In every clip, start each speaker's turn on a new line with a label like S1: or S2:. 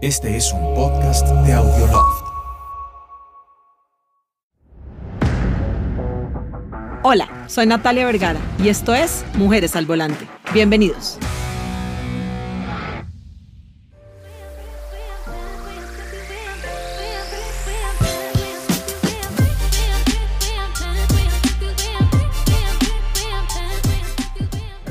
S1: Este es un podcast de Audioloft.
S2: Hola, soy Natalia Vergara y esto es Mujeres al Volante. Bienvenidos.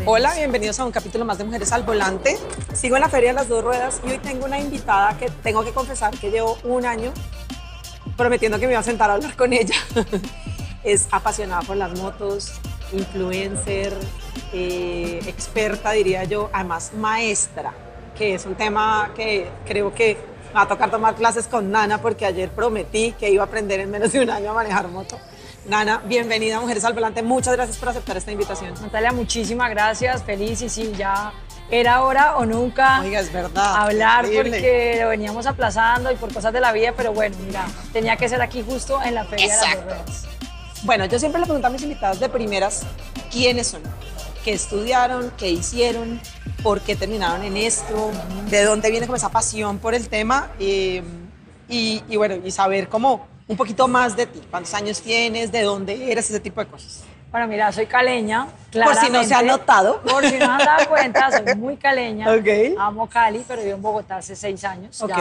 S3: Hola, bienvenidos a un capítulo más de Mujeres al Volante. Sigo en la Feria de las Dos Ruedas y hoy tengo una invitada que tengo que confesar que llevo un año prometiendo que me iba a sentar a hablar con ella. es apasionada por las motos, influencer, eh, experta diría yo, además maestra, que es un tema que creo que me va a tocar tomar clases con Nana porque ayer prometí que iba a aprender en menos de un año a manejar moto. Nana, bienvenida a Mujeres al Volante. Muchas gracias por aceptar esta invitación.
S4: Natalia, muchísimas gracias, feliz y sí, ya era hora o nunca
S3: Oiga, es verdad.
S4: hablar
S3: Increíble.
S4: porque lo veníamos aplazando y por cosas de la vida, pero bueno, mira, tenía que ser aquí justo en la feria de las Dos Ruedas.
S3: Bueno, yo siempre le pregunto a mis invitadas de primeras quiénes son, qué estudiaron, qué hicieron, por qué terminaron en esto, de dónde viene como esa pasión por el tema eh, y, y bueno, y saber como un poquito más de ti, cuántos años tienes, de dónde eres, ese tipo de cosas.
S4: Bueno, mira, soy caleña,
S3: Por si no se ha
S4: claramente.
S3: notado.
S4: Por si no han dado cuenta, soy muy caleña.
S3: Ok.
S4: Amo Cali, pero vivo en Bogotá hace seis años. ya.
S3: Ok.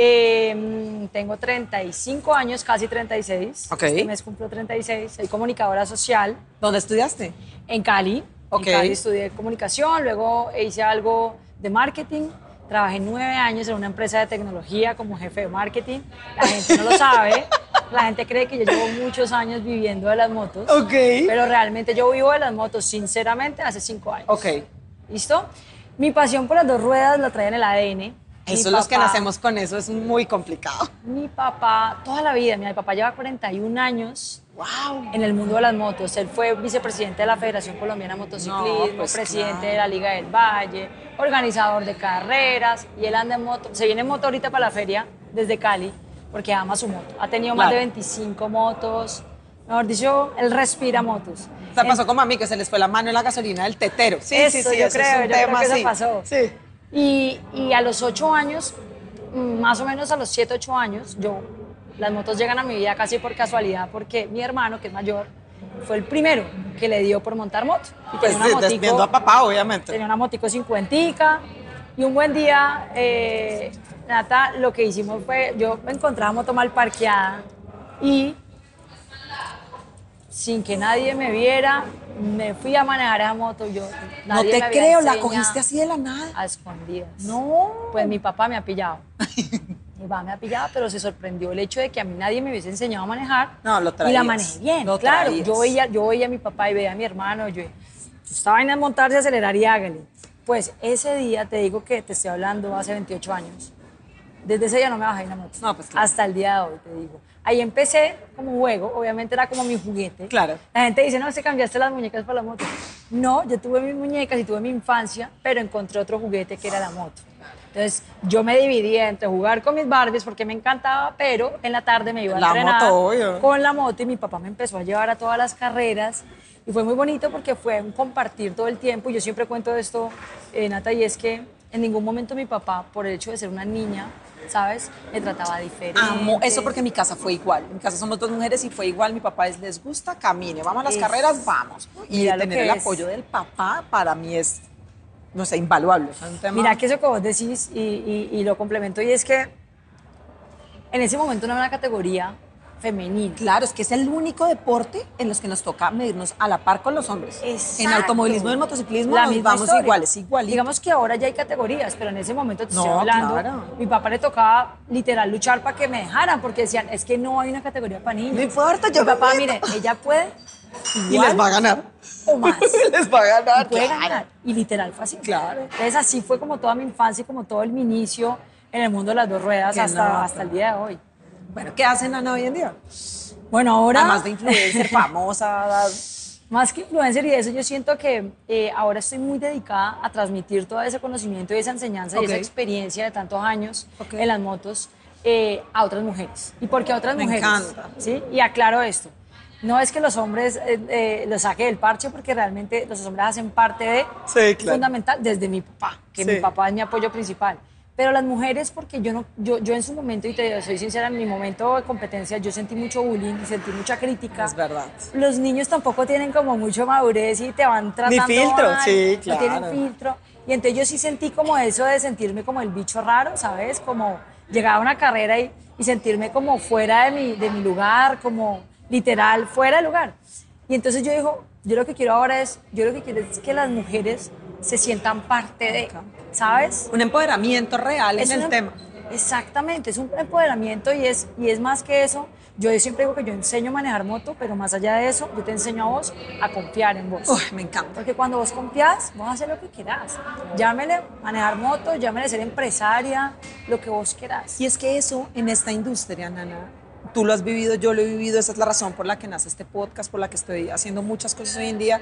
S4: Eh, mm, tengo 35 años, casi 36.
S3: Ok.
S4: Este mes cumplo 36. Soy comunicadora social.
S3: ¿Dónde estudiaste?
S4: en Cali.
S3: Ok.
S4: En Cali estudié comunicación, luego hice algo de marketing. Trabajé nueve años en una empresa de tecnología como jefe de marketing. La gente no lo sabe. La gente cree que yo llevo muchos años viviendo de las motos.
S3: Ok.
S4: Pero realmente yo vivo de las motos, sinceramente, hace cinco años.
S3: Ok.
S4: ¿Listo? Mi pasión por las dos ruedas la traía en el ADN. Mi
S3: Eso los que
S4: papá-
S3: nacemos con eso es muy complicado.
S4: Mi papá, toda la vida, mira, mi papá lleva 41 años
S3: Wow.
S4: en el mundo de las motos. Él fue vicepresidente de la Federación Colombiana de Motociclismo,
S3: No, pues
S4: presidente
S3: claro.
S4: de la Liga del Valle, organizador de carreras y él anda en moto. Se viene en moto ahorita para la feria desde Cali porque ama su moto. Ha tenido más de
S3: Claro.
S4: 25 motos. Mejor dicho, él respira motos.
S3: Se pasó como a mí que se les fue la mano en la gasolina del tetero. Sí, sí,
S4: Eso
S3: sí,
S4: yo
S3: eso
S4: creo,
S3: es un
S4: yo creo
S3: tema
S4: que eso
S3: así.
S4: pasó.
S3: Sí.
S4: Y, y a los 8 años, mm, más o menos a los 7, 8 años, yo, las motos llegan a mi vida casi por casualidad, porque mi hermano, que es mayor, fue el primero que le dio por montar moto. Y
S3: Pues
S4: tenía una
S3: sí,
S4: motico-
S3: viendo a papá, obviamente.
S4: Tenía una motico cincuentica y un buen día, eh, Nata, lo que hicimos fue, yo me encontraba moto mal parqueada y sin que nadie me viera, me fui a manejar esa moto. Yo,
S3: No
S4: nadie
S3: te
S4: me había
S3: creo, la
S4: enseñado
S3: cogiste así de la nada.
S4: A escondidas.
S3: No.
S4: Pues mi papá me ha pillado. mi papá me ha pillado, pero se sorprendió el hecho de que a mí nadie me hubiese enseñado a manejar.
S3: No, lo
S4: Y
S3: traías,
S4: la manejé bien,
S3: lo
S4: claro.
S3: traías.
S4: Yo veía, yo veía a mi papá y veía a mi hermano. Yo esta vaina es montarse, acelerar y hágale. Pues ese día, te digo que te estoy hablando hace 28 años. Desde ese día no me bajé de la moto.
S3: No, pues claro.
S4: Hasta el día de hoy, te digo. Ahí empecé como juego, obviamente era como mi juguete.
S3: Claro.
S4: La gente dice, no, se cambiaste las muñecas por la moto. No, yo tuve mis muñecas y tuve mi infancia, pero encontré otro juguete que era la moto. Entonces, yo me dividía entre jugar con mis Barbies porque me encantaba, pero en la tarde me iba a
S3: La
S4: entrenar
S3: moto, obvio.
S4: con la moto y mi papá me empezó a llevar a todas las carreras y fue muy bonito porque fue un compartir todo el tiempo. Y Yo siempre cuento esto, eh, Nata, y es que en ningún momento mi papá, por el hecho de ser una niña, ¿sabes? Me trataba diferente.
S3: Amo eso porque en mi casa fue igual. En mi casa somos dos mujeres y fue igual. Mi papá es, les gusta, camine, vamos a las
S4: Es-
S3: carreras, vamos. Y
S4: Mira lo
S3: tener
S4: que
S3: el
S4: es.
S3: apoyo del papá para mí es, no sé, invaluable. Es un tema-
S4: Mira que eso que vos decís y, y- y lo complemento y es que en ese momento no era una categoría femenina.
S3: Claro, es que es el único deporte en los que nos toca medirnos a la par con los hombres. En
S4: Exacto.
S3: automovilismo y en motociclismo
S4: La
S3: nos
S4: misma
S3: vamos
S4: historia.
S3: iguales, igual.
S4: Digamos que ahora ya hay categorías, pero en ese momento te
S3: No,
S4: estoy hablando.
S3: claro.
S4: Mi papá le tocaba literal luchar para que me dejaran, porque decían, es que no hay una categoría para niños.
S3: No importa, yo
S4: Mi
S3: me
S4: papá,
S3: meto.
S4: mire, ella puede
S3: y les va a ganar.
S4: o más.
S3: les va a ganar.
S4: y puede
S3: claro.
S4: ganar. Y literal fue así.
S3: Claro.
S4: Entonces así fue como toda mi infancia y como todo el, mi inicio en el mundo de las dos ruedas
S3: Qué
S4: hasta,
S3: nota.
S4: hasta el día de hoy.
S3: Bueno, ¿qué hacen Ana hoy en día?
S4: Bueno, ahora...
S3: Además de influencer, famosa,
S4: Más que influencer y eso, yo siento que eh, ahora estoy muy dedicada a transmitir todo ese conocimiento y esa enseñanza y
S3: Ok.
S4: esa experiencia de tantos años
S3: Ok.
S4: en las motos eh, a otras mujeres. ¿Y por qué a otras
S3: Me
S4: mujeres?
S3: encanta.
S4: ¿sí? Y aclaro esto. No es que los hombres eh, eh, los saque del parche porque realmente los hombres hacen parte de
S3: Sí, claro.
S4: fundamental desde mi papá, que
S3: Sí.
S4: mi papá es mi apoyo principal. Pero las mujeres, porque yo, no, yo, yo en su momento, y te soy sincera, en mi momento de competencia, yo sentí mucho bullying y sentí mucha crítica.
S3: Es verdad.
S4: Los niños tampoco tienen como mucho madurez y te van tratando
S3: filtro,
S4: mal,
S3: sí,
S4: No tienen
S3: claro.
S4: filtro. Y entonces yo sí sentí como eso de sentirme como el bicho raro, ¿sabes? Como llegaba a una carrera y, y sentirme como fuera de mi, de mi lugar, como literal fuera de lugar. Y entonces yo digo, yo lo que quiero ahora es, yo lo que quiero es que las mujeres se sientan parte de, ¿sabes?
S3: Un empoderamiento real
S4: Es
S3: en el
S4: una-
S3: tema.
S4: Exactamente, es un empoderamiento y es, y es más que eso. Yo siempre digo que yo enseño a manejar moto, pero más allá de eso, yo te enseño a vos a confiar en vos.
S3: Uy, me encanta.
S4: Porque cuando vos confías, vos haces lo que quieras. Llámele manejar moto, llámele ser empresaria, lo que vos quieras.
S3: Y es que eso en esta industria, Nana, tú lo has vivido, yo lo he vivido, esa es la razón por la que nace este podcast, por la que estoy haciendo muchas cosas hoy en día.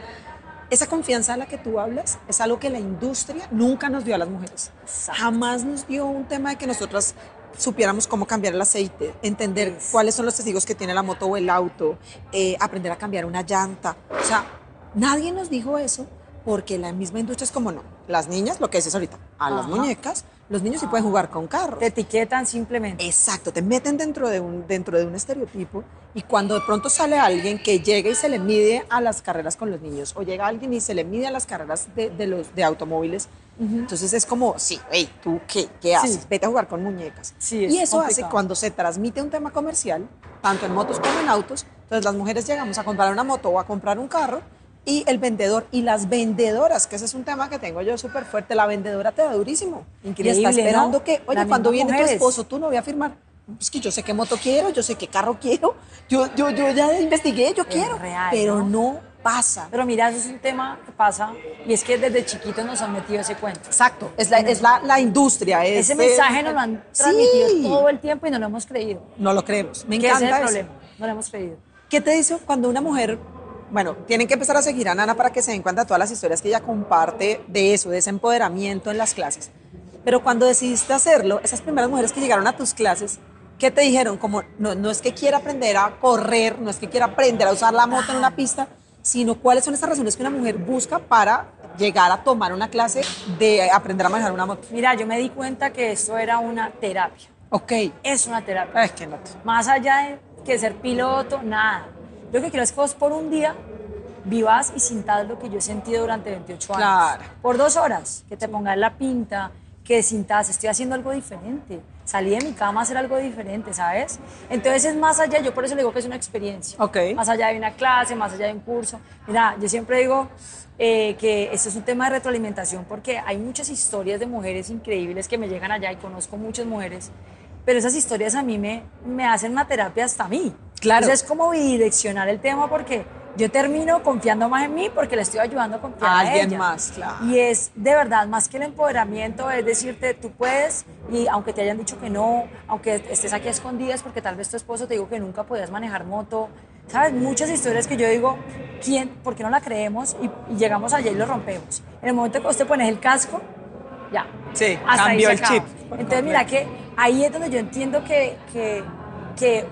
S3: Esa confianza de la que tú hablas es algo que la industria nunca nos dio a las mujeres.
S4: Exacto.
S3: Jamás nos dio un tema de que nosotras supiéramos cómo cambiar el aceite, entender cuáles son los testigos que tiene la moto o el auto, eh, aprender a cambiar una llanta. O sea, nadie nos dijo eso porque la misma industria es como no. Las niñas, lo que dices ahorita, a las
S4: Ajá.
S3: muñecas, los niños sí pueden jugar con carros.
S4: Te etiquetan simplemente.
S3: Exacto, te meten dentro de, un, dentro de un estereotipo y cuando de pronto sale alguien que llega y se le mide a las carreras con los niños o llega alguien y se le mide a las carreras de, de los, de automóviles, entonces es como, sí, hey, ¿tú qué, qué haces? Vete a jugar con muñecas.
S4: Sí, es
S3: y eso hace
S4: complicado.
S3: cuando se transmite un tema comercial, tanto en motos como en autos, entonces las mujeres llegamos a comprar una moto o a comprar un carro y el vendedor y las vendedoras, que ese es un tema que tengo yo súper fuerte, la vendedora te da durísimo.
S4: Increíble,
S3: Y está esperando
S4: ¿no?
S3: que, oye,
S4: La
S3: cuando
S4: misma
S3: viene tu
S4: mujeres.
S3: esposo, tú no voy a firmar. Es que yo sé qué moto quiero, yo sé qué carro quiero, yo, yo, yo ya investigué, yo quiero.
S4: real,
S3: pero
S4: ¿no?
S3: ¿no? pasa.
S4: Pero mira, eso es un tema que pasa y es que desde chiquitos nos han metido ese cuento.
S3: Exacto, es la, es la, la industria. es
S4: Ese
S3: el-
S4: mensaje nos lo han transmitido
S3: Sí,
S4: todo el tiempo y no lo hemos creído.
S3: No lo creemos. Me
S4: Que ese
S3: encanta
S4: es el
S3: eso.
S4: problema. No lo hemos creído.
S3: ¿Qué te dice cuando una mujer, bueno, tienen que empezar a seguir a Nana para que se den cuenta de todas las historias que ella comparte de eso, de ese empoderamiento en las clases? Pero cuando decidiste hacerlo, esas primeras mujeres que llegaron a tus clases, ¿qué te dijeron? Como, no, no es que quiera aprender a correr, no es que quiera aprender a usar la moto en una pista, sino cuáles son esas razones que una mujer busca para llegar a tomar una clase de aprender a manejar una moto.
S4: Mira, yo me di cuenta que esto era una terapia.
S3: Ok.
S4: Es una terapia.
S3: Es que no. te-
S4: Más allá de que ser piloto, nada. Yo lo que quiero es que vos por un día vivas y sintas lo que yo he sentido durante 28 años.
S3: Claro.
S4: Por dos horas, que te pongas la pinta, que sintas, estoy haciendo algo diferente. Salí de mi cama a hacer algo diferente, ¿sabes? Entonces es más allá, yo por eso le digo que es una experiencia.
S3: Ok.
S4: Más allá de una clase, más allá de un curso. Mira, yo siempre digo eh, que esto es un tema de retroalimentación porque hay muchas historias de mujeres increíbles que me llegan allá y conozco muchas mujeres, pero esas historias a mí me, me hacen una terapia hasta a mí.
S3: Claro.
S4: Entonces es como bidireccionar el tema porque yo termino confiando más en mí porque le estoy ayudando a confiar
S3: A
S4: a
S3: alguien
S4: ella.
S3: más, claro.
S4: Y es de verdad más que el empoderamiento, es decirte tú puedes y aunque te hayan dicho que no, aunque estés aquí a escondidas porque tal vez tu esposo te dijo que nunca podías manejar moto, sabes muchas historias que yo digo, ¿quién? ¿Por qué no la creemos y, y llegamos allá y lo rompemos? En el momento que vos te pones el casco, ya.
S3: Sí,
S4: Hasta ahí
S3: cambió
S4: se
S3: el
S4: acaba.
S3: chip.
S4: Entonces mira que ahí es donde yo entiendo que, que, que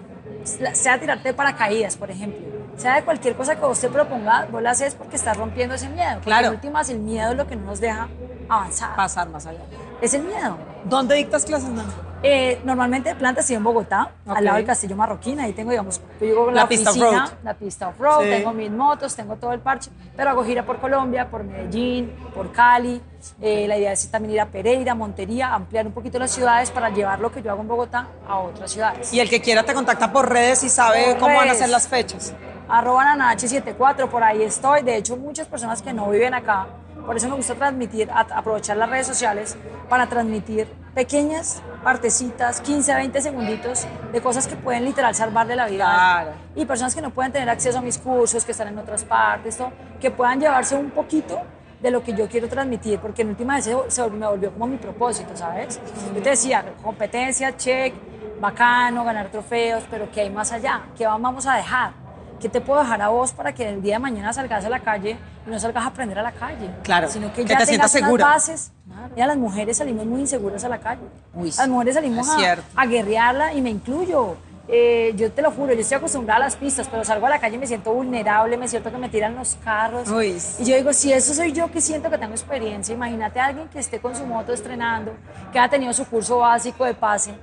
S4: sea tirarte de paracaídas, por ejemplo. Sea de cualquier cosa que vos te propongas, vos la haces porque estás rompiendo ese miedo. Porque
S3: Claro.
S4: En últimas, el miedo es lo que no nos deja avanzar.
S3: pasar más allá.
S4: Es el miedo.
S3: ¿Dónde dictas clases, Nana?
S4: Eh, normalmente de planta estoy en Bogotá,
S3: Ok.
S4: al lado del Castillo Marroquín, ahí tengo, digamos, yo llego con
S3: La
S4: la,
S3: pista
S4: oficina,
S3: off-road.
S4: la pista off-road,
S3: Sí.
S4: tengo mis motos, tengo todo el parche, pero hago gira por Colombia, por Medellín, por Cali, Eh, la idea es también ir a Pereira, Montería, ampliar un poquito las ciudades para llevar lo que yo hago en Bogotá a otras ciudades.
S3: Y el que quiera te contacta por redes y sabe
S4: Por
S3: cómo van a
S4: redes.
S3: ser las fechas.
S4: arroba nanah74, por ahí estoy. De hecho, muchas personas que no viven acá, por eso me gusta transmitir, a- aprovechar las redes sociales para transmitir pequeñas partecitas, 15, 20 segunditos de cosas que pueden literal salvarle la vida. a alguien.
S3: Claro.
S4: Y personas que no pueden tener acceso a mis cursos, que están en otras partes, todo, que puedan llevarse un poquito de lo que yo quiero transmitir, porque en última vez se, se vol- me volvió como mi propósito, ¿sabes? Yo te decía, competencia, check, bacano, ganar trofeos, pero ¿qué hay más allá? ¿Qué vamos a dejar? ¿Qué te puedo dejar a vos para que el día de mañana salgas a la calle y no salgas a aprender a la calle?
S3: Claro,
S4: Sino que,
S3: que
S4: ya
S3: te
S4: tengas
S3: sientas
S4: unas
S3: segura.
S4: bases. Mira, las mujeres salimos muy inseguras a la calle.
S3: Uy, sí,
S4: las mujeres salimos
S3: es
S4: a,
S3: cierto.
S4: a guerrearla y me incluyo. Eh, yo te lo juro, yo estoy acostumbrada a las pistas, pero salgo a la calle y me siento vulnerable, me siento que me tiran los carros.
S3: Uy.
S4: Y yo digo, si eso soy yo que siento que tengo experiencia, imagínate a alguien que esté con su moto estrenando, que ha tenido su curso básico de pase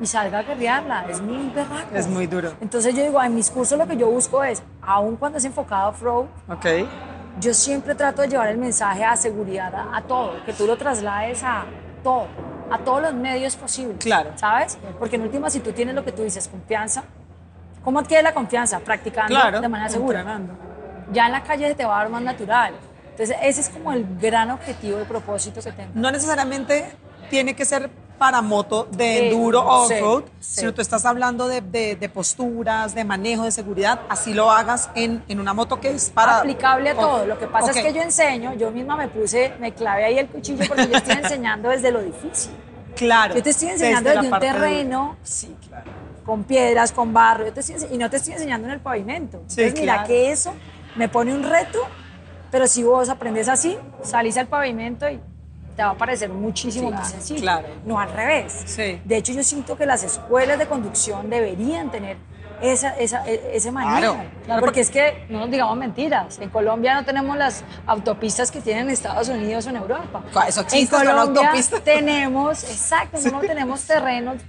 S4: y salga a guerrearla, es muy berraco.
S3: Es muy duro.
S4: Entonces yo digo, en mis cursos lo que yo busco es, aun cuando es enfocado a Fro,
S3: Ok.
S4: yo siempre trato de llevar el mensaje a seguridad, a, a todo, que tú lo traslades a todo, a todos los medios posibles.
S3: Claro.
S4: ¿Sabes? Porque en última, si tú tienes lo que tú dices, confianza, ¿cómo adquieres la confianza? Practicando
S3: Claro.
S4: de manera segura.
S3: entrenando.
S4: Ya en la calle se te va a dar más natural. Entonces, ese es como el gran objetivo y propósito que tengo.
S3: No necesariamente tiene que ser para moto de
S4: Sí,
S3: enduro o
S4: sí,
S3: off-road,
S4: sí.
S3: sino tú estás hablando de, de- de posturas, de manejo, de seguridad, así lo hagas en, en una moto que es para...
S4: aplicable a
S3: o-
S4: todo. Lo que pasa
S3: ok.
S4: es que yo enseño, yo misma me puse, me clavé ahí el cuchillo porque yo estoy enseñando desde lo difícil.
S3: Claro.
S4: Yo te estoy
S3: desde
S4: enseñando
S3: la
S4: desde un
S3: parte dura.
S4: terreno.
S3: Sí, claro.
S4: con piedras, con barro, yo te estoy ense- y no te estoy enseñando en el pavimento.
S3: Sí,
S4: Entonces, mira
S3: claro.
S4: que eso me pone un reto, pero si vos aprendes así, salís al pavimento y te va a parecer muchísimo
S3: Claro,
S4: más sencillo.
S3: claro.
S4: No al revés.
S3: Sí.
S4: De hecho, yo siento que las escuelas de conducción deberían tener esa, esa- e- ese manejo.
S3: Claro, claro,
S4: porque es que no nos digamos mentiras. En Colombia no tenemos las autopistas que tienen en Estados Unidos o en Europa.
S3: Cu- eso
S4: en
S3: existe, son
S4: Colombia
S3: autopistas.
S4: tenemos, exacto, en Colombia tenemos terrenos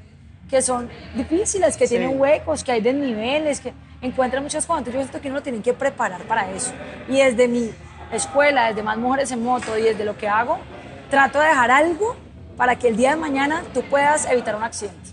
S4: que son difíciles, que tienen huecos, que hay desniveles, que encuentran muchas cosas. Entonces, yo siento que uno lo tienen que preparar para eso. Y desde mi escuela, desde Más Mujeres en Moto y desde lo que hago, trato de dejar algo para que el día de mañana tú puedas evitar un accidente.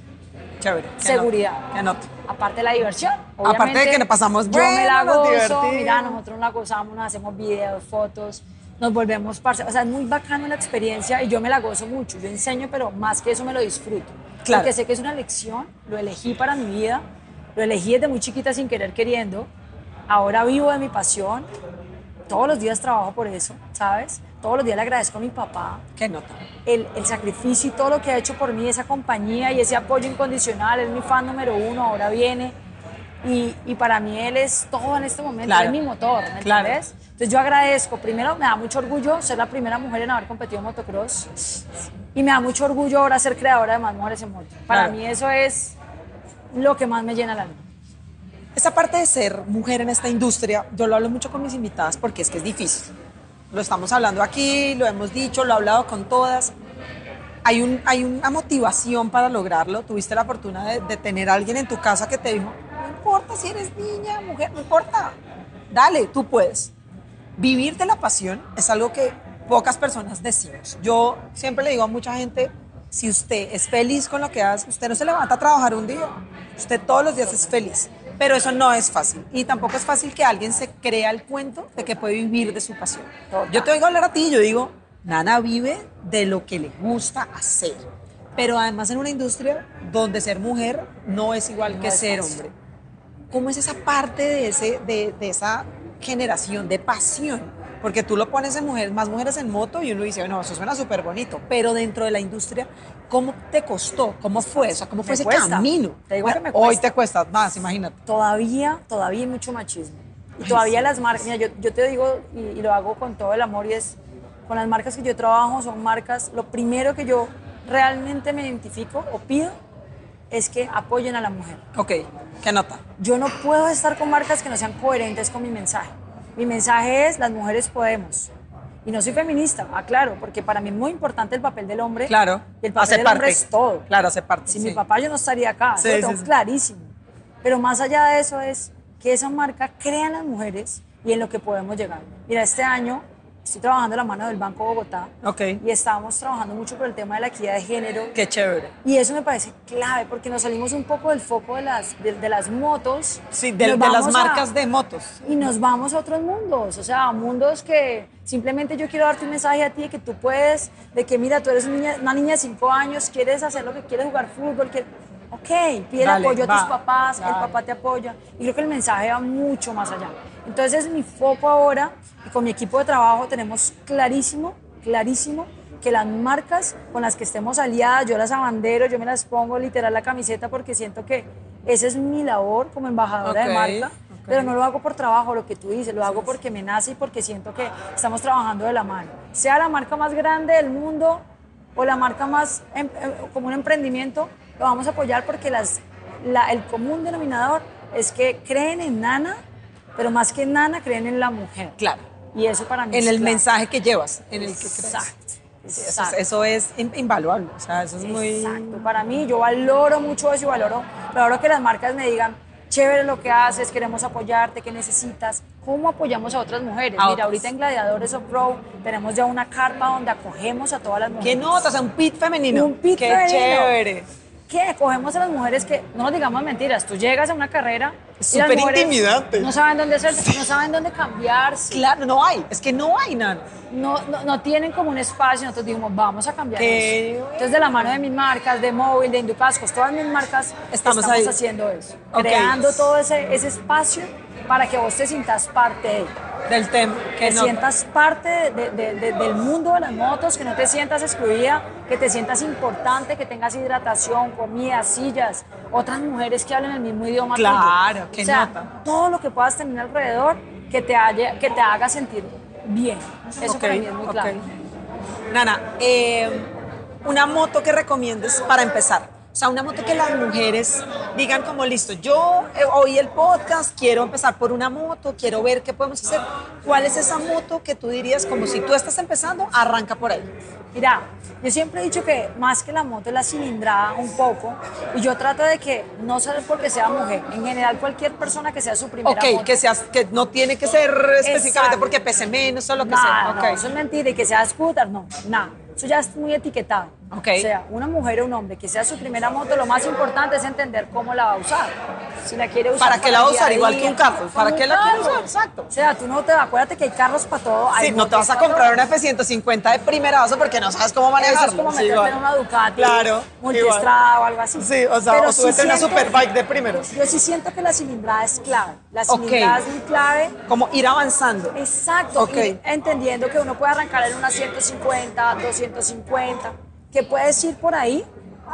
S3: Chévere. que
S4: Seguridad.
S3: anote, Que anote.
S4: Aparte de la diversión.
S3: Aparte de
S4: obviamente,
S3: que la pasamos
S4: Yo
S3: bueno,
S4: me la
S3: nos
S4: gozo,
S3: divertimos.
S4: mira, nosotros la gozamos, nos hacemos videos, fotos, nos volvemos parce. O sea, es muy bacano la experiencia y yo me la gozo mucho. Yo enseño, pero más que eso me lo disfruto.
S3: Claro.
S4: Porque sé que es una lección, lo elegí para mi vida, lo elegí desde muy chiquita sin querer queriendo. Ahora vivo de mi pasión, todos los días trabajo por eso, ¿sabes? Todos los días le agradezco a mi papá,
S3: Que nota.
S4: el, el sacrificio y todo lo que ha hecho por mí, esa compañía y ese apoyo incondicional. Es mi fan número uno, ahora viene. Y, y para mí él es todo en este momento,
S3: Claro.
S4: él es mi motor, ¿me
S3: Claro.
S4: entiendes? Entonces yo agradezco, primero me da mucho orgullo ser la primera mujer en haber competido en motocross y me da mucho orgullo ahora ser creadora de más mujeres en moto. Para
S3: Claro.
S4: mí eso es lo que más me llena el alma.
S3: Esa parte de ser mujer en esta industria, yo lo hablo mucho con mis invitadas porque es que es difícil. Lo estamos hablando aquí, lo hemos dicho, lo he hablado con todas. Hay, un, hay una motivación para lograrlo. Tuviste la fortuna de, de tener a alguien en tu casa que te dijo, no importa si eres niña, mujer, no importa. Dale, tú puedes. Vivir de la pasión es algo que pocas personas decimos. Yo siempre le digo a mucha gente, si usted es feliz con lo que hace, usted no se levanta a trabajar un día, usted todos los días es feliz. Pero eso no es fácil. Y tampoco es fácil que alguien se crea el cuento de que puede vivir de su pasión. Yo te oigo hablar a ti y yo digo, Nana vive de lo que le gusta hacer. Pero además en una industria donde ser mujer no es igual
S4: No
S3: que
S4: es
S3: ser
S4: fácil.
S3: hombre. ¿Cómo es esa parte de, ese, de, de esa generación de pasión? Porque tú lo pones en mujeres, más mujeres en moto y uno dice, no, eso suena súper bonito, pero dentro de la industria, ¿cómo te costó? ¿Cómo fue? O sea, ¿cómo
S4: Me
S3: fue ese
S4: cuesta.
S3: camino?
S4: Te digo que me
S3: Hoy
S4: cuesta.
S3: te cuesta más, imagínate.
S4: todavía, todavía hay mucho machismo. Y todavía las marcas, mira, yo, yo te digo y, y lo hago con todo el amor y es, con las marcas que yo trabajo son marcas, lo primero que yo realmente me identifico o pido es que apoyen a la mujer.
S3: Ok, ¿qué nota?
S4: Yo no puedo estar con marcas que no sean coherentes con mi mensaje. Mi mensaje es las mujeres podemos. Y no soy feminista, aclaro, porque para mí es muy importante el papel del hombre.
S3: Claro,
S4: Y el papel
S3: hace
S4: del
S3: parte.
S4: hombre es todo.
S3: Claro, hace parte.
S4: Si
S3: sí.
S4: mi papá yo no estaría acá,
S3: Sí,
S4: eso lo
S3: sí,
S4: tengo
S3: sí.
S4: clarísimo. Pero más allá de eso es que esa marca crea en las mujeres y en lo que podemos llegar. Mira, este año estoy trabajando en la mano del Banco Bogotá
S3: Ok,
S4: y estábamos trabajando mucho por el tema de la equidad de género.
S3: qué chévere.
S4: Y eso me parece clave porque nos salimos un poco del foco de las, de, de las motos.
S3: Sí, de,
S4: Nos
S3: de las
S4: vamos a-
S3: marcas de motos.
S4: y nos vamos a otros mundos, o sea, a mundos que simplemente yo quiero darte un mensaje a ti de que tú puedes, de que mira, tú eres una niña, una niña de 5 años, quieres hacer lo que quieres, jugar fútbol, que... ok, pide el
S3: Dale,
S4: apoyo a
S3: va,
S4: tus papás,
S3: dale.
S4: el papá te apoya, y creo que el mensaje va mucho más allá. Entonces mi foco ahora, y con mi equipo de trabajo tenemos clarísimo, clarísimo, que las marcas con las que estemos aliadas, yo las abandero, yo me las pongo literal la camiseta porque siento que esa es mi labor como embajadora
S3: Ok,
S4: de marca,
S3: ok.
S4: pero no lo hago por trabajo, lo que tú dices, lo hago porque me nace y porque siento que estamos trabajando de la mano. Sea la marca más grande del eh, mundo o la marca más em- em- como un emprendimiento, lo vamos a apoyar porque las la- el común denominador es que creen en Nana, pero más que en Nana creen en la mujer.
S3: Claro.
S4: Y eso para mí
S3: En
S4: es
S3: el
S4: clave.
S3: mensaje que llevas, en el que crees.
S4: Exacto.
S3: Sí, Eso, es-
S4: exacto.
S3: eso es in- invaluable, o sea, eso es muy...
S4: Exacto, para mí yo valoro mucho eso y valoro, valoro que las marcas me digan, chévere lo que haces, queremos apoyarte, ¿qué necesitas? ¿Cómo apoyamos a otras mujeres?
S3: A
S4: Mira,
S3: otras.
S4: ahorita en Gladiadores of Pro tenemos ya una carpa donde acogemos a todas las mujeres.
S3: ¿Qué nota? O sea, un pit femenino.
S4: Un pit
S3: Qué
S4: femenino.
S3: chévere.
S4: ¿Qué? Cogemos a las mujeres que, no nos digamos mentiras, tú llegas a una carrera
S3: Es
S4: y las
S3: súper
S4: mujeres
S3: intimidante.
S4: No saben dónde hacerse, no saben dónde cambiarse,
S3: Claro, no hay, es que no hay nada.
S4: no, no, no tienen como un espacio, nosotros dijimos, vamos a cambiar
S3: Qué
S4: eso.
S3: bueno.
S4: Entonces, de la mano de mis marcas, de móvil, de Inducascos, todas mis marcas,
S3: Estamos
S4: estamos,
S3: ahí.
S4: haciendo eso.
S3: Ok.
S4: Creando todo ese, ese espacio para que vos te sientas parte de él.
S3: Del tema,
S4: Que
S3: qué nota.
S4: sientas parte de- de- de- del mundo de las motos, que no te sientas excluida, que te sientas importante, que tengas hidratación, comida, sillas, otras mujeres que hablen el mismo idioma. tuyo.
S3: Claro, qué
S4: o sea,
S3: nota.
S4: Todo lo que puedas tener alrededor que te, haya- que te haga sentir bien. Eso
S3: Ok,
S4: para mí es muy
S3: ok.
S4: claro.
S3: Nana, eh, una moto que recomiendes para empezar. O sea, una moto que las mujeres digan como, listo, yo eh, oí el podcast, quiero empezar por una moto, quiero ver qué podemos hacer. ¿Cuál es esa moto que tú dirías como si tú estás empezando, arranca por ahí?
S4: Mira, yo siempre he dicho que más que la moto es la cilindrada un poco y yo trato de que no solo porque sea mujer, en general cualquier persona que sea su primera
S3: Ok,
S4: moto.
S3: que, seas, que no tiene que ser específicamente
S4: Exacto.
S3: porque pese menos o lo que
S4: Nada, no,
S3: sea.
S4: eso
S3: ok.
S4: es mentira y que sea scooter, no, nada. Eso ya es muy etiquetado.
S3: Ok.
S4: O sea, una mujer o un hombre que sea su primera moto, lo más importante es entender cómo la va a usar. Si la quiere usar.
S3: ¿Para qué la va a
S4: el día
S3: usar? Igual que
S4: día,
S3: un carro.
S4: como
S3: ¿Para
S4: un
S3: qué la quiere
S4: carro.
S3: usar? Exacto.
S4: O sea, tú no te acuérdate que hay carros para todo. hay
S3: Sí, no te
S4: motos
S3: vas a
S4: para
S3: comprar
S4: todo.
S3: una F-150 de primerazo porque no sabes cómo manejarla.
S4: Eso es como
S3: Sí,
S4: meterte
S3: igual.
S4: en una Ducati,
S3: Claro.
S4: multiestrada o algo así.
S3: Sí, o sea, o súbete en una Superbike de primeros.
S4: Yo sí siento que la cilindrada es clave. La
S3: Ok.
S4: cilindrada es muy clave.
S3: igual. Como ir avanzando.
S4: Exacto.
S3: Ok.
S4: y entendiendo que uno puede arrancar en una 150, 250, que puedes ir por ahí.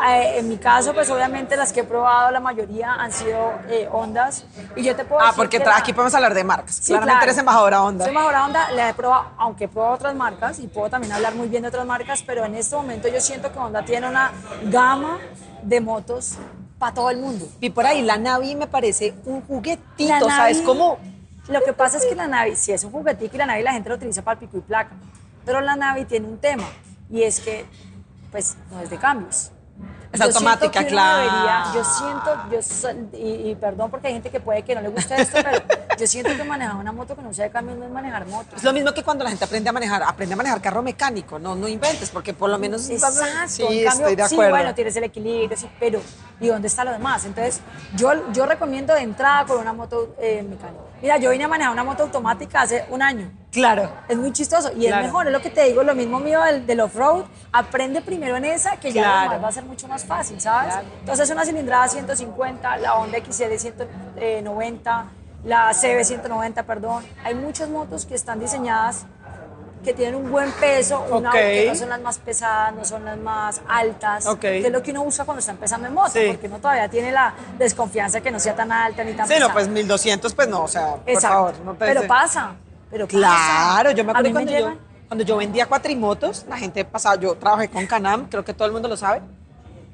S4: Eh, en mi caso, pues obviamente las que he probado, la mayoría han sido eh, Hondas. Y yo te puedo
S3: Ah,
S4: decir
S3: porque
S4: que
S3: tra-
S4: la-
S3: aquí podemos hablar de marcas.
S4: Sí,
S3: Claramente
S4: claro.
S3: eres embajadora Honda.
S4: Soy embajadora Honda, la he probado, aunque pruebo otras marcas y puedo también hablar muy bien de otras marcas, pero en este momento yo siento que Honda tiene una gama de motos para todo el mundo.
S3: Vi por ahí la Navi me parece un juguetito,
S4: La
S3: ¿sabes?
S4: Navi-
S3: Como
S4: Lo que pasa es que la Navi, si es un juguetico y la Navi la gente lo utiliza para el pico y placa, pero la Navi tiene un tema y es que, pues, no es de cambios.
S3: Es
S4: Yo siento
S3: automática,
S4: que uno
S3: claro.
S4: debería- yo siento, yo so- y, y perdón porque hay gente que puede que no le guste esto, pero yo siento que manejar una moto que no sea de cambios no es manejar motos.
S3: Es lo mismo que cuando la gente aprende a manejar, aprende a manejar carro mecánico, no, no inventes, porque por lo menos...
S4: Exacto,
S3: Sí,
S4: en cambio,
S3: estoy de
S4: sí,
S3: acuerdo.
S4: bueno, tienes el equilibrio, sí, pero ¿y dónde está lo demás? Entonces, yo, yo recomiendo de entrada con una moto eh, mecánica. Mira, yo vine a manejar una moto automática hace un año.
S3: Claro.
S4: Es muy chistoso y
S3: Claro.
S4: es mejor, es lo que te digo, lo mismo mío del, del off-road. Aprende primero en esa, que ya lo
S3: Claro.
S4: demás va a ser mucho más fácil, ¿sabes? Entonces, una cilindrada 150, la Honda XL 190, eh, la CB 190, perdón. Hay muchas motos que están diseñadas que tienen un buen peso, una,
S3: Ok.
S4: que no son las más pesadas, no son las más altas,
S3: Ok.
S4: que es lo que uno usa cuando está empezando en moto,
S3: Sí.
S4: porque uno todavía tiene la desconfianza que no sea tan alta ni tan
S3: Sí,
S4: pesada.
S3: no, pues 1200, pues no, o sea,
S4: Exacto.
S3: por favor. No te-
S4: pero pasa, pero pasa.
S3: Claro, yo me
S4: A mí
S3: acuerdo cuando, yo,
S4: llegan-
S3: cuando yo vendía cuatrimotos, la gente pasaba, yo trabajé con Canam, creo que todo el mundo lo sabe,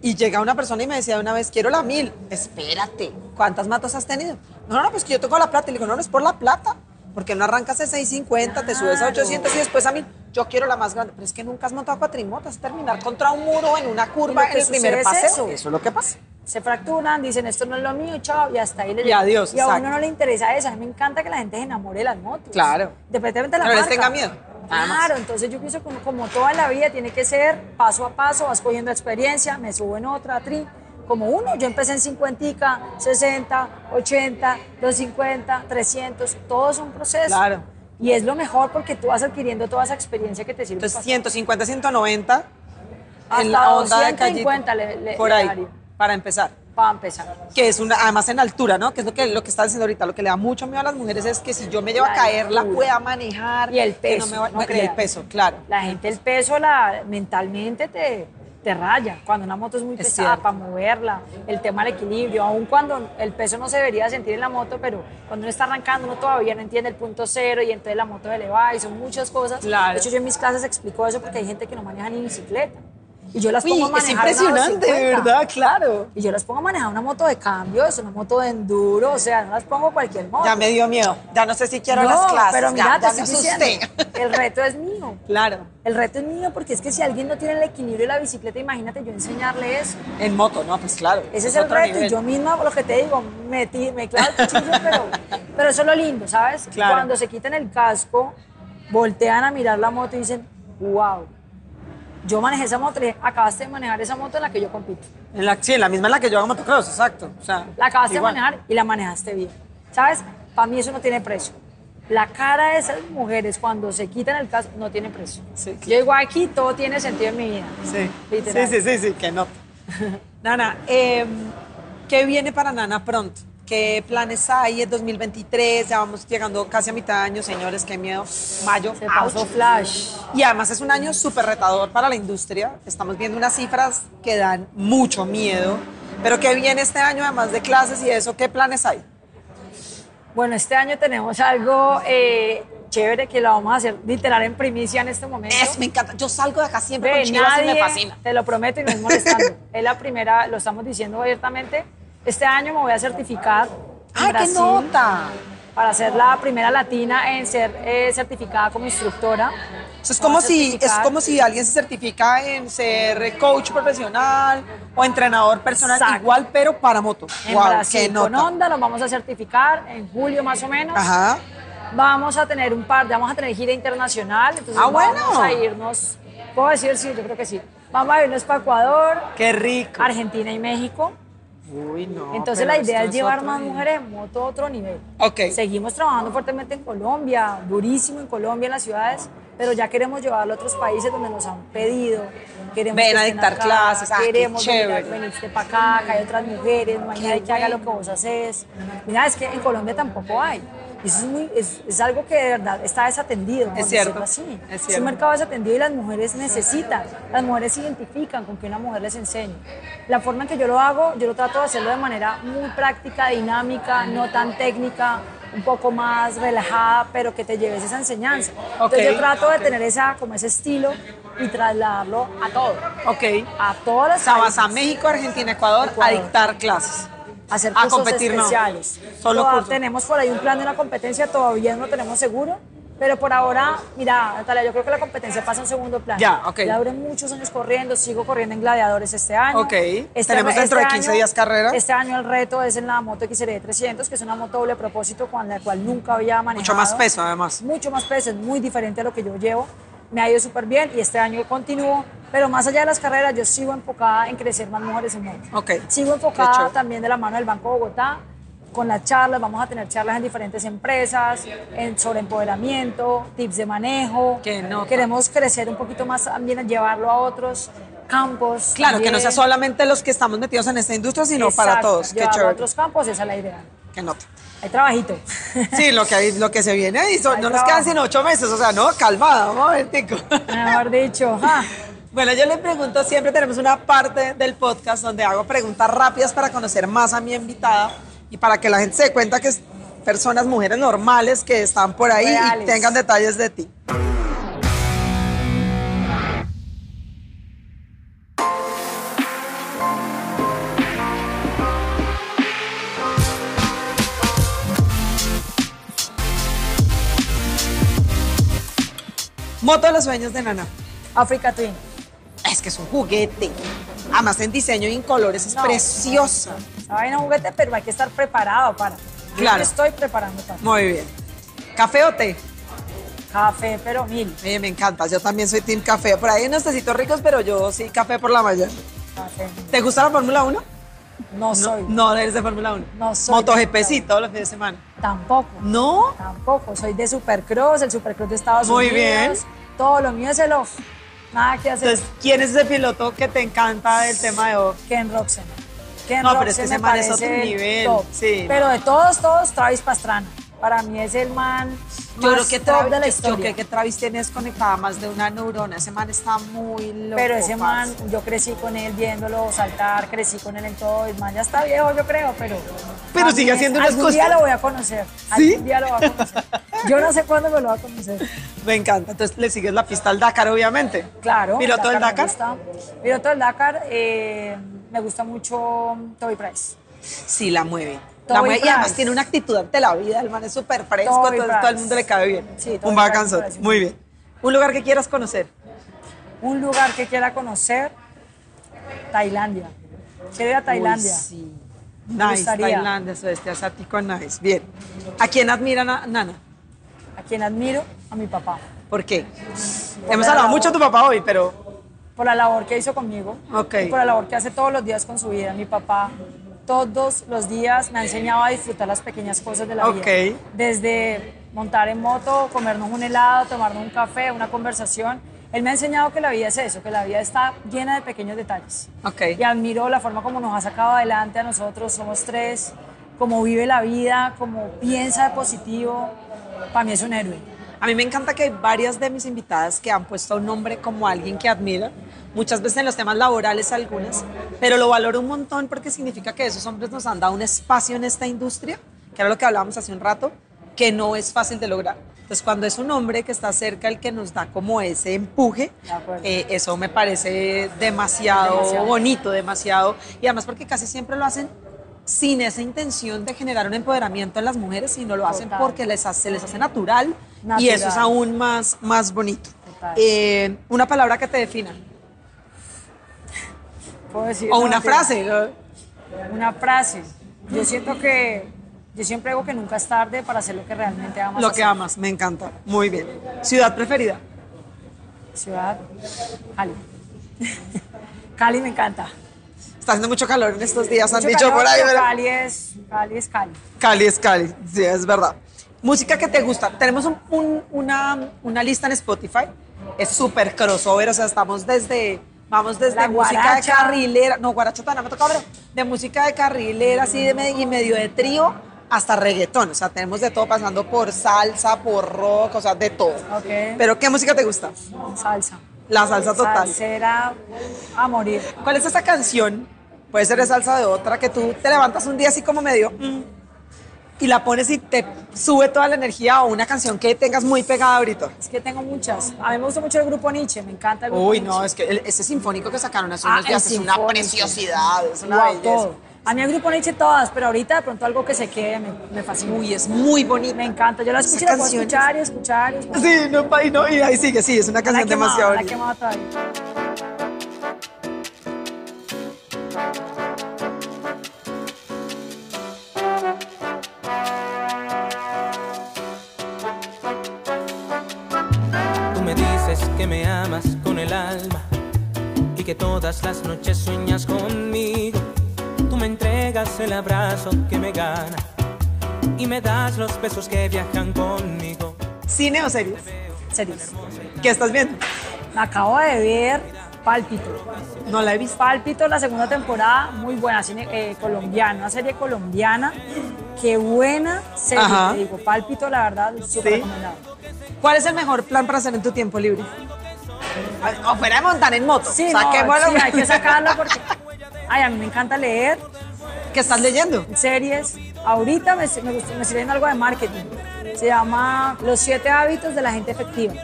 S3: y llega una persona y me decía una vez, quiero la mil, espérate, ¿cuántas matas has tenido? No, no, no, pues que yo tengo la plata, y le digo, no, no, es por la plata, porque no arrancas a 650, te subes a
S4: Claro.
S3: 800 y después a mil, yo quiero la más grande, pero es que nunca has montado cuatrimoto, es terminar contra un muro en una curva
S4: Y lo
S3: en
S4: que
S3: el primer
S4: sucede es
S3: paseo,
S4: eso.
S3: eso es lo que pasa.
S4: se fracturan, dicen esto no es lo mío, chao, y hasta ahí le
S3: Y
S4: llegan.
S3: adiós,
S4: Y a
S3: exacto.
S4: uno no le interesa eso, a mí me encanta que la gente se enamore de las motos.
S3: Claro.
S4: Independientemente de la
S3: No les
S4: marca.
S3: tenga miedo, nada más.
S4: Claro, entonces yo pienso como, como toda la vida tiene que ser paso a paso, vas cogiendo experiencia, me subo en otra, tri, como uno. Yo empecé en 50, 60, 80, 250, 300, todo es un proceso.
S3: Claro.
S4: Y es lo mejor porque tú vas adquiriendo toda esa experiencia que te sirve.
S3: Entonces,
S4: para-
S3: 150, 190
S4: Hasta
S3: en la onda de
S4: 250
S3: Callito.
S4: le- le-
S3: por
S4: le
S3: ahí,
S4: daría.
S3: para empezar.
S4: para empezar.
S3: Que es una, además en altura, ¿no? Que es lo que, lo que está diciendo ahorita. Lo que le da mucho miedo a las mujeres es que si yo me llevo a
S4: La
S3: caer, la
S4: altura.
S3: pueda manejar.
S4: Y el
S3: que
S4: peso,
S3: me va-
S4: no
S3: y el
S4: creas.
S3: peso, claro.
S4: La gente, el peso, la, mentalmente te, te raya. Cuando una moto es muy
S3: Es
S4: pesada
S3: cierto.
S4: para moverla, el tema del equilibrio, aun cuando el peso no se debería sentir en la moto, pero cuando uno está arrancando, uno todavía no entiende el punto cero y entonces la moto se le va y son muchas cosas.
S3: Claro.
S4: De hecho, yo en mis clases explico eso porque hay gente que no maneja ni bicicleta. Y yo las pongo a
S3: Uy, es
S4: manejar una
S3: impresionante, de
S4: 250.
S3: verdad, claro.
S4: Y yo las pongo a manejar una moto de cambios, una moto de enduro, o sea, no las pongo cualquier moto.
S3: Ya me dio miedo. Ya no sé si quiero
S4: No,
S3: las clases.
S4: pero mira,
S3: ya,
S4: te
S3: ya me
S4: estoy diciendo,
S3: asusté.
S4: el reto es mío.
S3: Claro,
S4: El reto es mío porque es que si alguien no tiene el equilibrio de la bicicleta, imagínate yo enseñarle eso.
S3: en moto, ¿no? Pues claro.
S4: Ese es el
S3: otro
S4: reto y
S3: nivel.
S4: yo misma, por lo que te digo, me, ti- me clavo el cuchillo, pero, pero eso es lo lindo, ¿sabes?
S3: Claro.
S4: Cuando se quitan el casco, voltean a mirar la moto y dicen, wow, yo manejé esa moto, le dije, acabaste de manejar esa moto en la que yo compito.
S3: En la, sí, en la misma en la que yo hago motocross, exacto. O sea,
S4: La acabaste
S3: igual.
S4: de manejar y la manejaste bien. ¿Sabes? Para mí eso no tiene precio. La cara de esas mujeres cuando se quitan el casco no tiene precio.
S3: Sí, claro.
S4: Yo digo, aquí todo tiene sentido en mi vida.
S3: Sí,
S4: Literal.
S3: sí, sí, sí, sí, que no. Nana, eh, ¿qué viene para Nana pronto? ¿Qué planes hay en 2023? Ya vamos llegando casi a mitad de año, señores, qué miedo. Mayo,
S4: Se pasó
S3: ouch.
S4: flash.
S3: Y además es un año súper retador para la industria. Estamos viendo unas cifras que dan mucho miedo. Pero ¿qué viene este año, además de clases y eso? ¿Qué planes hay?
S4: Bueno, este año tenemos algo eh, chévere que lo vamos a hacer literal en primicia en este momento.
S3: Es, me encanta. Yo salgo de acá siempre
S4: Ve,
S3: con chivas y me
S4: nadie,
S3: fascina.
S4: Te lo prometo y no es molestando. es la primera, lo estamos diciendo abiertamente. Este año me voy a certificar. en
S3: ¡Ay, qué
S4: Brasil
S3: nota!
S4: Para ser la primera latina en ser eh, certificada como instructora.
S3: Eso es
S4: Me voy
S3: como,
S4: a
S3: si, es
S4: certificar.
S3: como si alguien se certifica en ser coach profesional o entrenador personal,
S4: Exacto.
S3: igual, pero para moto.
S4: En
S3: Guau, qué
S4: Brasil,
S3: nota.
S4: con Honda, lo vamos a certificar en julio más o menos.
S3: Ajá.
S4: Vamos a tener un par, vamos a tener gira internacional, entonces
S3: Ah, bueno.
S4: vamos a irnos, puedo decir sí, yo creo que sí. Vamos a irnos para Ecuador,
S3: Qué rico.
S4: Argentina y México.
S3: Uy, no.
S4: Entonces
S3: pero
S4: la idea
S3: esto
S4: es llevar
S3: otro
S4: más
S3: nivel.
S4: mujeres en moto a otro nivel.
S3: Ok.
S4: Seguimos trabajando fuertemente en Colombia, durísimo en Colombia, en las ciudades, pero ya queremos llevarlo a otros países donde nos han pedido. Queremos
S3: Ven
S4: que
S3: a
S4: estén
S3: dictar
S4: acá,
S3: clases, ah, qué
S4: queremos venir,
S3: chévere.
S4: venirte para acá, acá hay otras mujeres, no hay nadie que haga lo que vos haces. Mira, es que en Colombia tampoco hay. Y Eso es, muy- es- es algo que de verdad está desatendido. por
S3: cierto,
S4: decirlo así.
S3: es
S4: un
S3: cierto.
S4: mercado desatendido y las mujeres necesitan, las mujeres se identifican con que una mujer les enseñe. La forma en que yo lo hago, yo lo trato de hacerlo de manera muy práctica, dinámica, no tan técnica, un poco más relajada, pero que te lleves esa enseñanza. Entonces
S3: Ok,
S4: yo trato de tener esa, como ese estilo y trasladarlo a todo,
S3: Ok.
S4: a todas las
S3: O sea, vas a
S4: países.
S3: México, Argentina, Ecuador,
S4: Ecuador.
S3: a dictar clases.
S4: hacer
S3: A
S4: cursos
S3: competir, no.
S4: especiales.
S3: Solo
S4: Toda-
S3: cursos.
S4: Tenemos por ahí un plan de una competencia, todavía no lo tenemos seguro, pero por ahora, mira, Natalia, yo creo que la competencia pasa en segundo plano.
S3: Ya, ok.
S4: Ya duré muchos años corriendo, sigo corriendo en gladiadores este año.
S3: Ok.
S4: Este-
S3: Tenemos dentro de 15 días carrera.
S4: Este año el reto es en la moto XR 300, que es una moto doble propósito con la cual nunca había manejado.
S3: Mucho más peso, además.
S4: Mucho más peso, es muy diferente a lo que yo llevo. Me ha ido súper bien y este año continúo. Pero más allá de las carreras, yo sigo enfocada en crecer más mujeres en moto.
S3: Ok.
S4: Sigo
S3: Qué
S4: enfocada
S3: chévere.
S4: también de la mano del Banco de Bogotá con las charlas. Vamos a tener charlas en diferentes empresas en, sobre empoderamiento, tips de manejo.
S3: Qué nota.
S4: Queremos crecer un poquito más también, llevarlo a otros campos.
S3: Claro, que no sea
S4: también.
S3: solamente los que estamos metidos en esta industria, sino para
S4: Exacto,
S3: todos. Qué
S4: llevarlo a
S3: chévere.
S4: otros campos, esa es la idea.
S3: Qué nota.
S4: Hay trabajito.
S3: Sí, lo que, hay- lo que se viene ahí, son-
S4: Hay
S3: no nos
S4: trabajo.
S3: quedan sino ocho meses, o sea, no, calmada, vamos a ver, tico.
S4: Mejor dicho. ajá.
S3: Bueno, yo le pregunto, siempre tenemos una parte del podcast donde hago preguntas rápidas para conocer más a mi invitada y para que la gente se dé cuenta que es personas, mujeres normales que están por ahí y
S4: Reales.
S3: tengan detalles de ti. Moto de los sueños de Nana.
S4: Africa Twin.
S3: Es que es un juguete. Además en diseño y en colores es
S4: No.
S3: preciosa.
S4: Esa vaina es juguete, pero hay que estar preparado para. Yo
S3: Claro.
S4: me estoy preparando para.
S3: Muy bien. ¿Café o té?
S4: Café, pero mil.
S3: Eh, me encanta. Yo también soy team café. Por ahí hay unos tecitos ricos, pero yo sí café por la mañana.
S4: Café.
S3: ¿Te gusta la Fórmula 1?
S4: No soy.
S3: No, eres de Fórmula 1.
S4: No soy
S3: MotoGP
S4: de
S3: sí,
S4: Fórmula
S3: todos los fines de semana.
S4: Tampoco.
S3: ¿No?
S4: Tampoco, soy de Supercross, el Supercross de Estados
S3: Muy
S4: Unidos. Todo lo mío es el off. Nada que hacer.
S3: Entonces, ¿quién es ese piloto que te encanta del tema de off?
S4: Ken Roxen. Ken
S3: No, pero es que
S4: Roxen me
S3: ese man es
S4: parece
S3: otro
S4: el
S3: nivel,
S4: top.
S3: sí,
S4: Pero de todos, todos, Travis Pastrana. Para mí es el man
S3: Yo creo,
S4: más
S3: que
S4: top de la
S3: Travis, yo
S4: historia.
S3: creo que Travis tiene desconectada más de una neurona. Ese man está muy loco.
S4: Pero ese man,
S3: parce.
S4: yo crecí con él viéndolo saltar, crecí con él en todo. El man ya está viejo, yo creo, pero.
S5: Pero
S4: algún
S5: sigue
S4: día-
S5: haciendo unas
S4: Algún día
S5: cosas.
S4: lo voy a conocer.
S5: ¿Sí?
S4: Algún día lo voy a conocer. Yo no sé cuándo me lo va a conocer.
S3: Me encanta. Entonces le sigues la pista al Dakar, obviamente.
S4: Claro.
S3: ¿Piloto del Dakar?
S4: me gusta. Piloto del Dakar, eh, me gusta mucho Toby Price.
S3: Sí, la mueve.
S4: Toby
S3: La mueve. Y
S4: Price.
S3: además tiene una actitud ante la vida. El man es súper fresco,
S4: Toby
S3: entonces todo el
S4: Price.
S3: mundo le cae bien.
S4: Sí, Toby
S3: Un
S4: Price
S3: vacanzón.
S4: me parece
S3: Muy bien. Un lugar que quieras conocer.
S4: Un lugar que quiera conocer, Tailandia. Quiero ir a Tailandia.
S3: Uy, sí.
S4: Me
S3: Nice,
S4: gustaría.
S3: Tailandia, sudeste asiático, nice. Bien. ¿A quién admira Na- Nana?
S4: A quien admiro, a mi papá.
S3: ¿Por qué?
S4: Pues,
S3: Hemos hablado mucho de tu papá hoy, pero
S4: por la labor que hizo conmigo
S3: Ok.
S4: y por la labor que hace todos los días con su vida. Mi papá todos los días me ha enseñado a disfrutar las pequeñas cosas de la vida.
S3: Ok.
S4: Desde montar en moto, comernos un helado, tomarnos un café, una conversación. Él me ha enseñado que la vida es eso, que la vida está llena de pequeños detalles.
S3: Ok.
S4: Y admiro la forma como nos ha sacado adelante a nosotros, somos tres, cómo vive la vida, cómo piensa de positivo. Para mí es un héroe.
S3: a mí me encanta que hay varias de mis invitadas que han puesto un nombre como alguien que admira, muchas veces en los temas laborales algunas, pero lo valoro un montón porque significa que esos hombres nos han dado un espacio en esta industria, que era lo que hablábamos hace un rato, que no es fácil de lograr. Entonces, cuando es un hombre que está cerca el que nos da como ese empuje,
S4: De acuerdo.
S3: eh, eso me parece demasiado,
S4: Demasiado.
S3: bonito, demasiado. Y además porque casi siempre lo hacen sin esa intención de generar un empoderamiento en las mujeres, sino lo hacen
S4: Total.
S3: porque les hace- se les hace natural, y
S4: Natural.
S3: eso es aún más, más bonito.
S4: Total.
S3: Eh, una palabra que te defina.
S4: Puedo decir,
S3: O
S4: no,
S3: una
S4: mentira.
S3: frase. ¿no?
S4: una frase. Yo siento que yo siempre digo que nunca es tarde para hacer lo que realmente amas.
S3: Lo que
S4: hacer.
S3: amas, me encanta. Muy bien. Ciudad preferida.
S4: Ciudad, Cali. Cali me encanta.
S3: Está haciendo mucho calor en estos días, han
S4: Mucho
S3: dicho
S4: calor,
S3: por ahí.
S4: pero
S3: ¿verdad?
S4: Cali es, Cali es Cali.
S3: Cali es Cali, sí, es verdad. Música que te gusta. Tenemos un- un- una, una lista en Spotify. Es súper crossover, o sea, estamos desde, vamos desde
S4: La
S3: música
S4: guaracha.
S3: de carrilera, no, guaracha tan no me ha tocado, pero de música de carrilera, así de medio, y medio de trío, hasta reggaetón. O sea, tenemos de todo, pasando por salsa, por rock, o sea, de todo.
S4: Ok.
S3: Pero, ¿qué música te gusta?
S4: Salsa.
S3: La salsa total.
S4: Salsera a morir.
S3: ¿Cuál es esa canción? Puede ser de salsa de otra, que tú te levantas un día así como medio mm, y la pones y te sube toda la energía o una canción que tengas muy pegada ahorita.
S4: Es que tengo muchas. A mí me gusta mucho el grupo Nietzsche, me encanta el grupo
S3: Uy, no,
S4: Nietzsche.
S3: es que el- ese sinfónico que sacaron hace
S4: Ah,
S3: unos días
S4: el
S3: es una
S4: sinfónico.
S3: preciosidad, es una
S4: Guau,
S3: belleza.
S4: todo. A mí el grupo Nietzsche todas, pero ahorita de pronto algo que se quede me, me fascina.
S3: Uy, es muy bonita.
S4: Me encanta. Yo la
S3: Esas
S4: escucho y la puedo
S3: canciones.
S4: escuchar y escuchar y escuchar.
S3: Sí, no, pa- y, no, y ahí sigue, sí, es una
S4: La
S3: canción
S4: he quemado,
S3: demasiado
S4: la he
S3: bonita.
S4: quemado todavía.
S6: Tú me dices que me amas con el alma y que todas las noches sueñas conmigo. Tú me entregas el abrazo que me gana y me das los besos que viajan conmigo.
S3: ¿Cine o series?
S4: Series.
S3: ¿Qué estás viendo?
S4: Me acabo de ver Pálpito.
S3: No la he visto.
S4: Pálpito, la segunda temporada, muy buena, cine eh, colombiano, una serie colombiana. Qué buena serie,
S3: Ajá.
S4: te digo. Pálpito, la verdad, súper
S3: Sí.
S4: recomendado.
S3: ¿Cuál es el mejor plan para hacer en tu tiempo libre? Ah, O fuera de montar en moto.
S4: Sí, no,
S3: Saquémoslo.
S4: sí, hay que sacarlo porque... Ay, a mí me encanta leer
S3: ¿Qué estás leyendo?
S4: series. Ahorita me, me, gustó- me estoy leyendo algo de marketing. Se llama Los siete hábitos de la gente efectiva.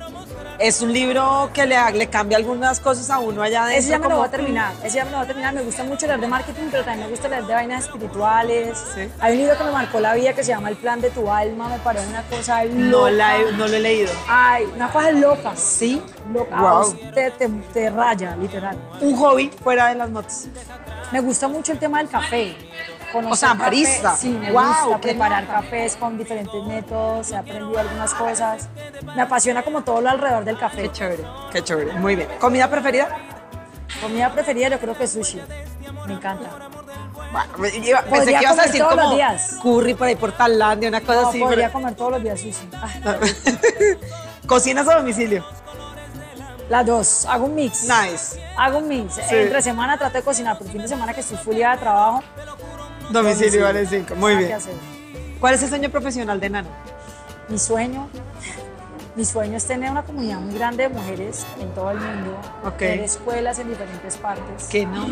S3: Es un libro que le, le cambia algunas cosas a uno allá adentro.
S4: Ese ya me lo
S3: como-
S4: voy a terminar, ese ya me lo voy a terminar. Me gusta mucho leer de marketing, pero también me gusta leer de vainas espirituales.
S3: Sí.
S4: Hay un libro que me marcó la vida que se llama El plan de tu alma, me parece una cosa
S3: No,
S4: loca.
S3: la he- no lo he leído.
S4: Ay, una cosa loca.
S3: Sí.
S4: Loca.
S3: Wow.
S4: A vos Te, te- te raya, literal.
S3: Un hobby fuera de las motos.
S4: Me gusta mucho el tema del café. Conocer
S3: O sea,
S4: café.
S3: barista.
S4: Sí, me
S3: Wow,
S4: gusta
S3: qué
S4: preparar
S3: nota.
S4: cafés con diferentes métodos. He aprendido algunas cosas. Me apasiona como todo lo alrededor del café.
S3: Qué chévere. Qué chévere. Muy bien. ¿Comida preferida?
S4: Comida preferida, yo creo que sushi. Me encanta.
S3: Bueno, me- iba- pensé que ibas a
S4: comer
S3: decir
S4: todos los
S3: como
S4: días.
S3: curry por ahí por Tailandia, una cosa
S4: No,
S3: así.
S4: podría
S3: pero-
S4: comer todos los días sushi. Ay,
S3: ¿Cocinas a domicilio?
S4: Las dos, hago un mix.
S3: Nice.
S4: Hago un mix. Entre semana trato de cocinar, pero el fin de semana que estoy full día de trabajo.
S3: Domicilio
S4: domicilio.
S3: vale cinco. Muy
S4: nada que
S3: bien.
S4: hacer.
S3: ¿Cuál es el sueño profesional de Nana?
S4: Mi sueño, mi sueño es tener una comunidad muy grande de mujeres en todo el mundo,
S3: Ok.
S4: tener escuelas en diferentes partes,
S3: Que no.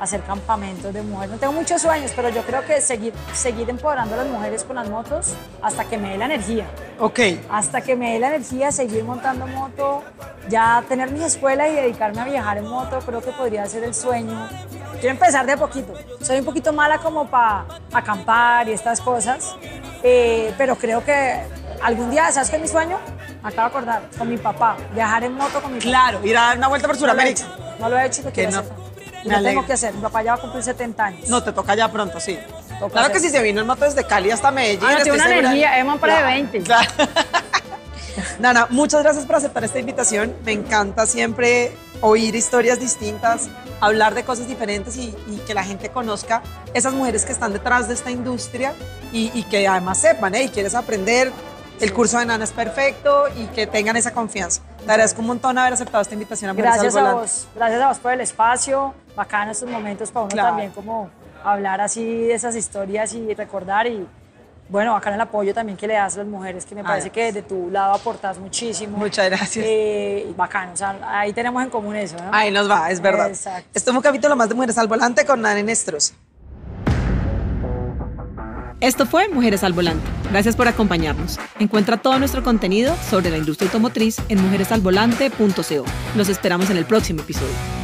S4: hacer campamentos de mujeres. No tengo muchos sueños, pero yo creo que seguir, seguir empoderando a las mujeres con las motos hasta que me dé la energía.
S3: Ok.
S4: Hasta que me dé la energía seguir montando moto, ya tener mis escuelas y dedicarme a viajar en moto, creo que podría ser el sueño. Quiero empezar de a poquito. Soy un poquito mala como para acampar y estas cosas, eh, pero creo que algún día, ¿sabes qué es mi sueño? Me acabo de acordar, con mi papá, viajar en moto con mi papá.
S3: Claro, ir a dar una vuelta por
S4: No lo he
S3: Sudamérica.
S4: hecho, no lo he hecho, lo
S3: Que
S4: quiero
S3: no.
S4: hacer. Y
S3: Me
S4: lo tengo
S3: alegro.
S4: que hacer, mi papá ya va a cumplir 70 años. Ah,
S3: No, te toca ya pronto, sí.
S4: Toca
S3: claro que
S4: hacer.
S3: si se vino el moto desde Cali hasta Medellín.
S4: Ah, no, tiene
S3: estoy
S4: una
S3: segura-
S4: energía, eh. Emma para de 20.
S3: Claro. Nana, muchas gracias por aceptar esta invitación. Me encanta siempre oír historias distintas, hablar de cosas diferentes y, y que la gente conozca esas mujeres que están detrás de esta industria y, y que además sepan, ¿eh? Y quieres aprender, el curso de Nana es perfecto y que tengan esa confianza. Te agradezco un montón haber aceptado esta invitación a Mujeres
S4: Gracias
S3: al
S4: a
S3: Volante.
S4: vos, gracias a vos por el espacio, bacano estos momentos para uno
S3: Claro.
S4: también como hablar así de esas historias y recordar y bueno, bacano el apoyo también que le das a las mujeres, que me
S3: Ah,
S4: parece que desde tu lado aportas muchísimo.
S3: Muchas gracias.
S4: Eh, y bacano, o sea, ahí tenemos en común eso, ¿no?
S3: Ahí nos va, es verdad.
S4: Exacto.
S3: Esto es un capítulo más de Mujeres al Volante con Nana Nestrosa.
S2: Esto fue Mujeres al Volante. Gracias por acompañarnos. Encuentra todo nuestro contenido sobre la industria automotriz en mujeresalvolante.co. Los esperamos en el próximo episodio.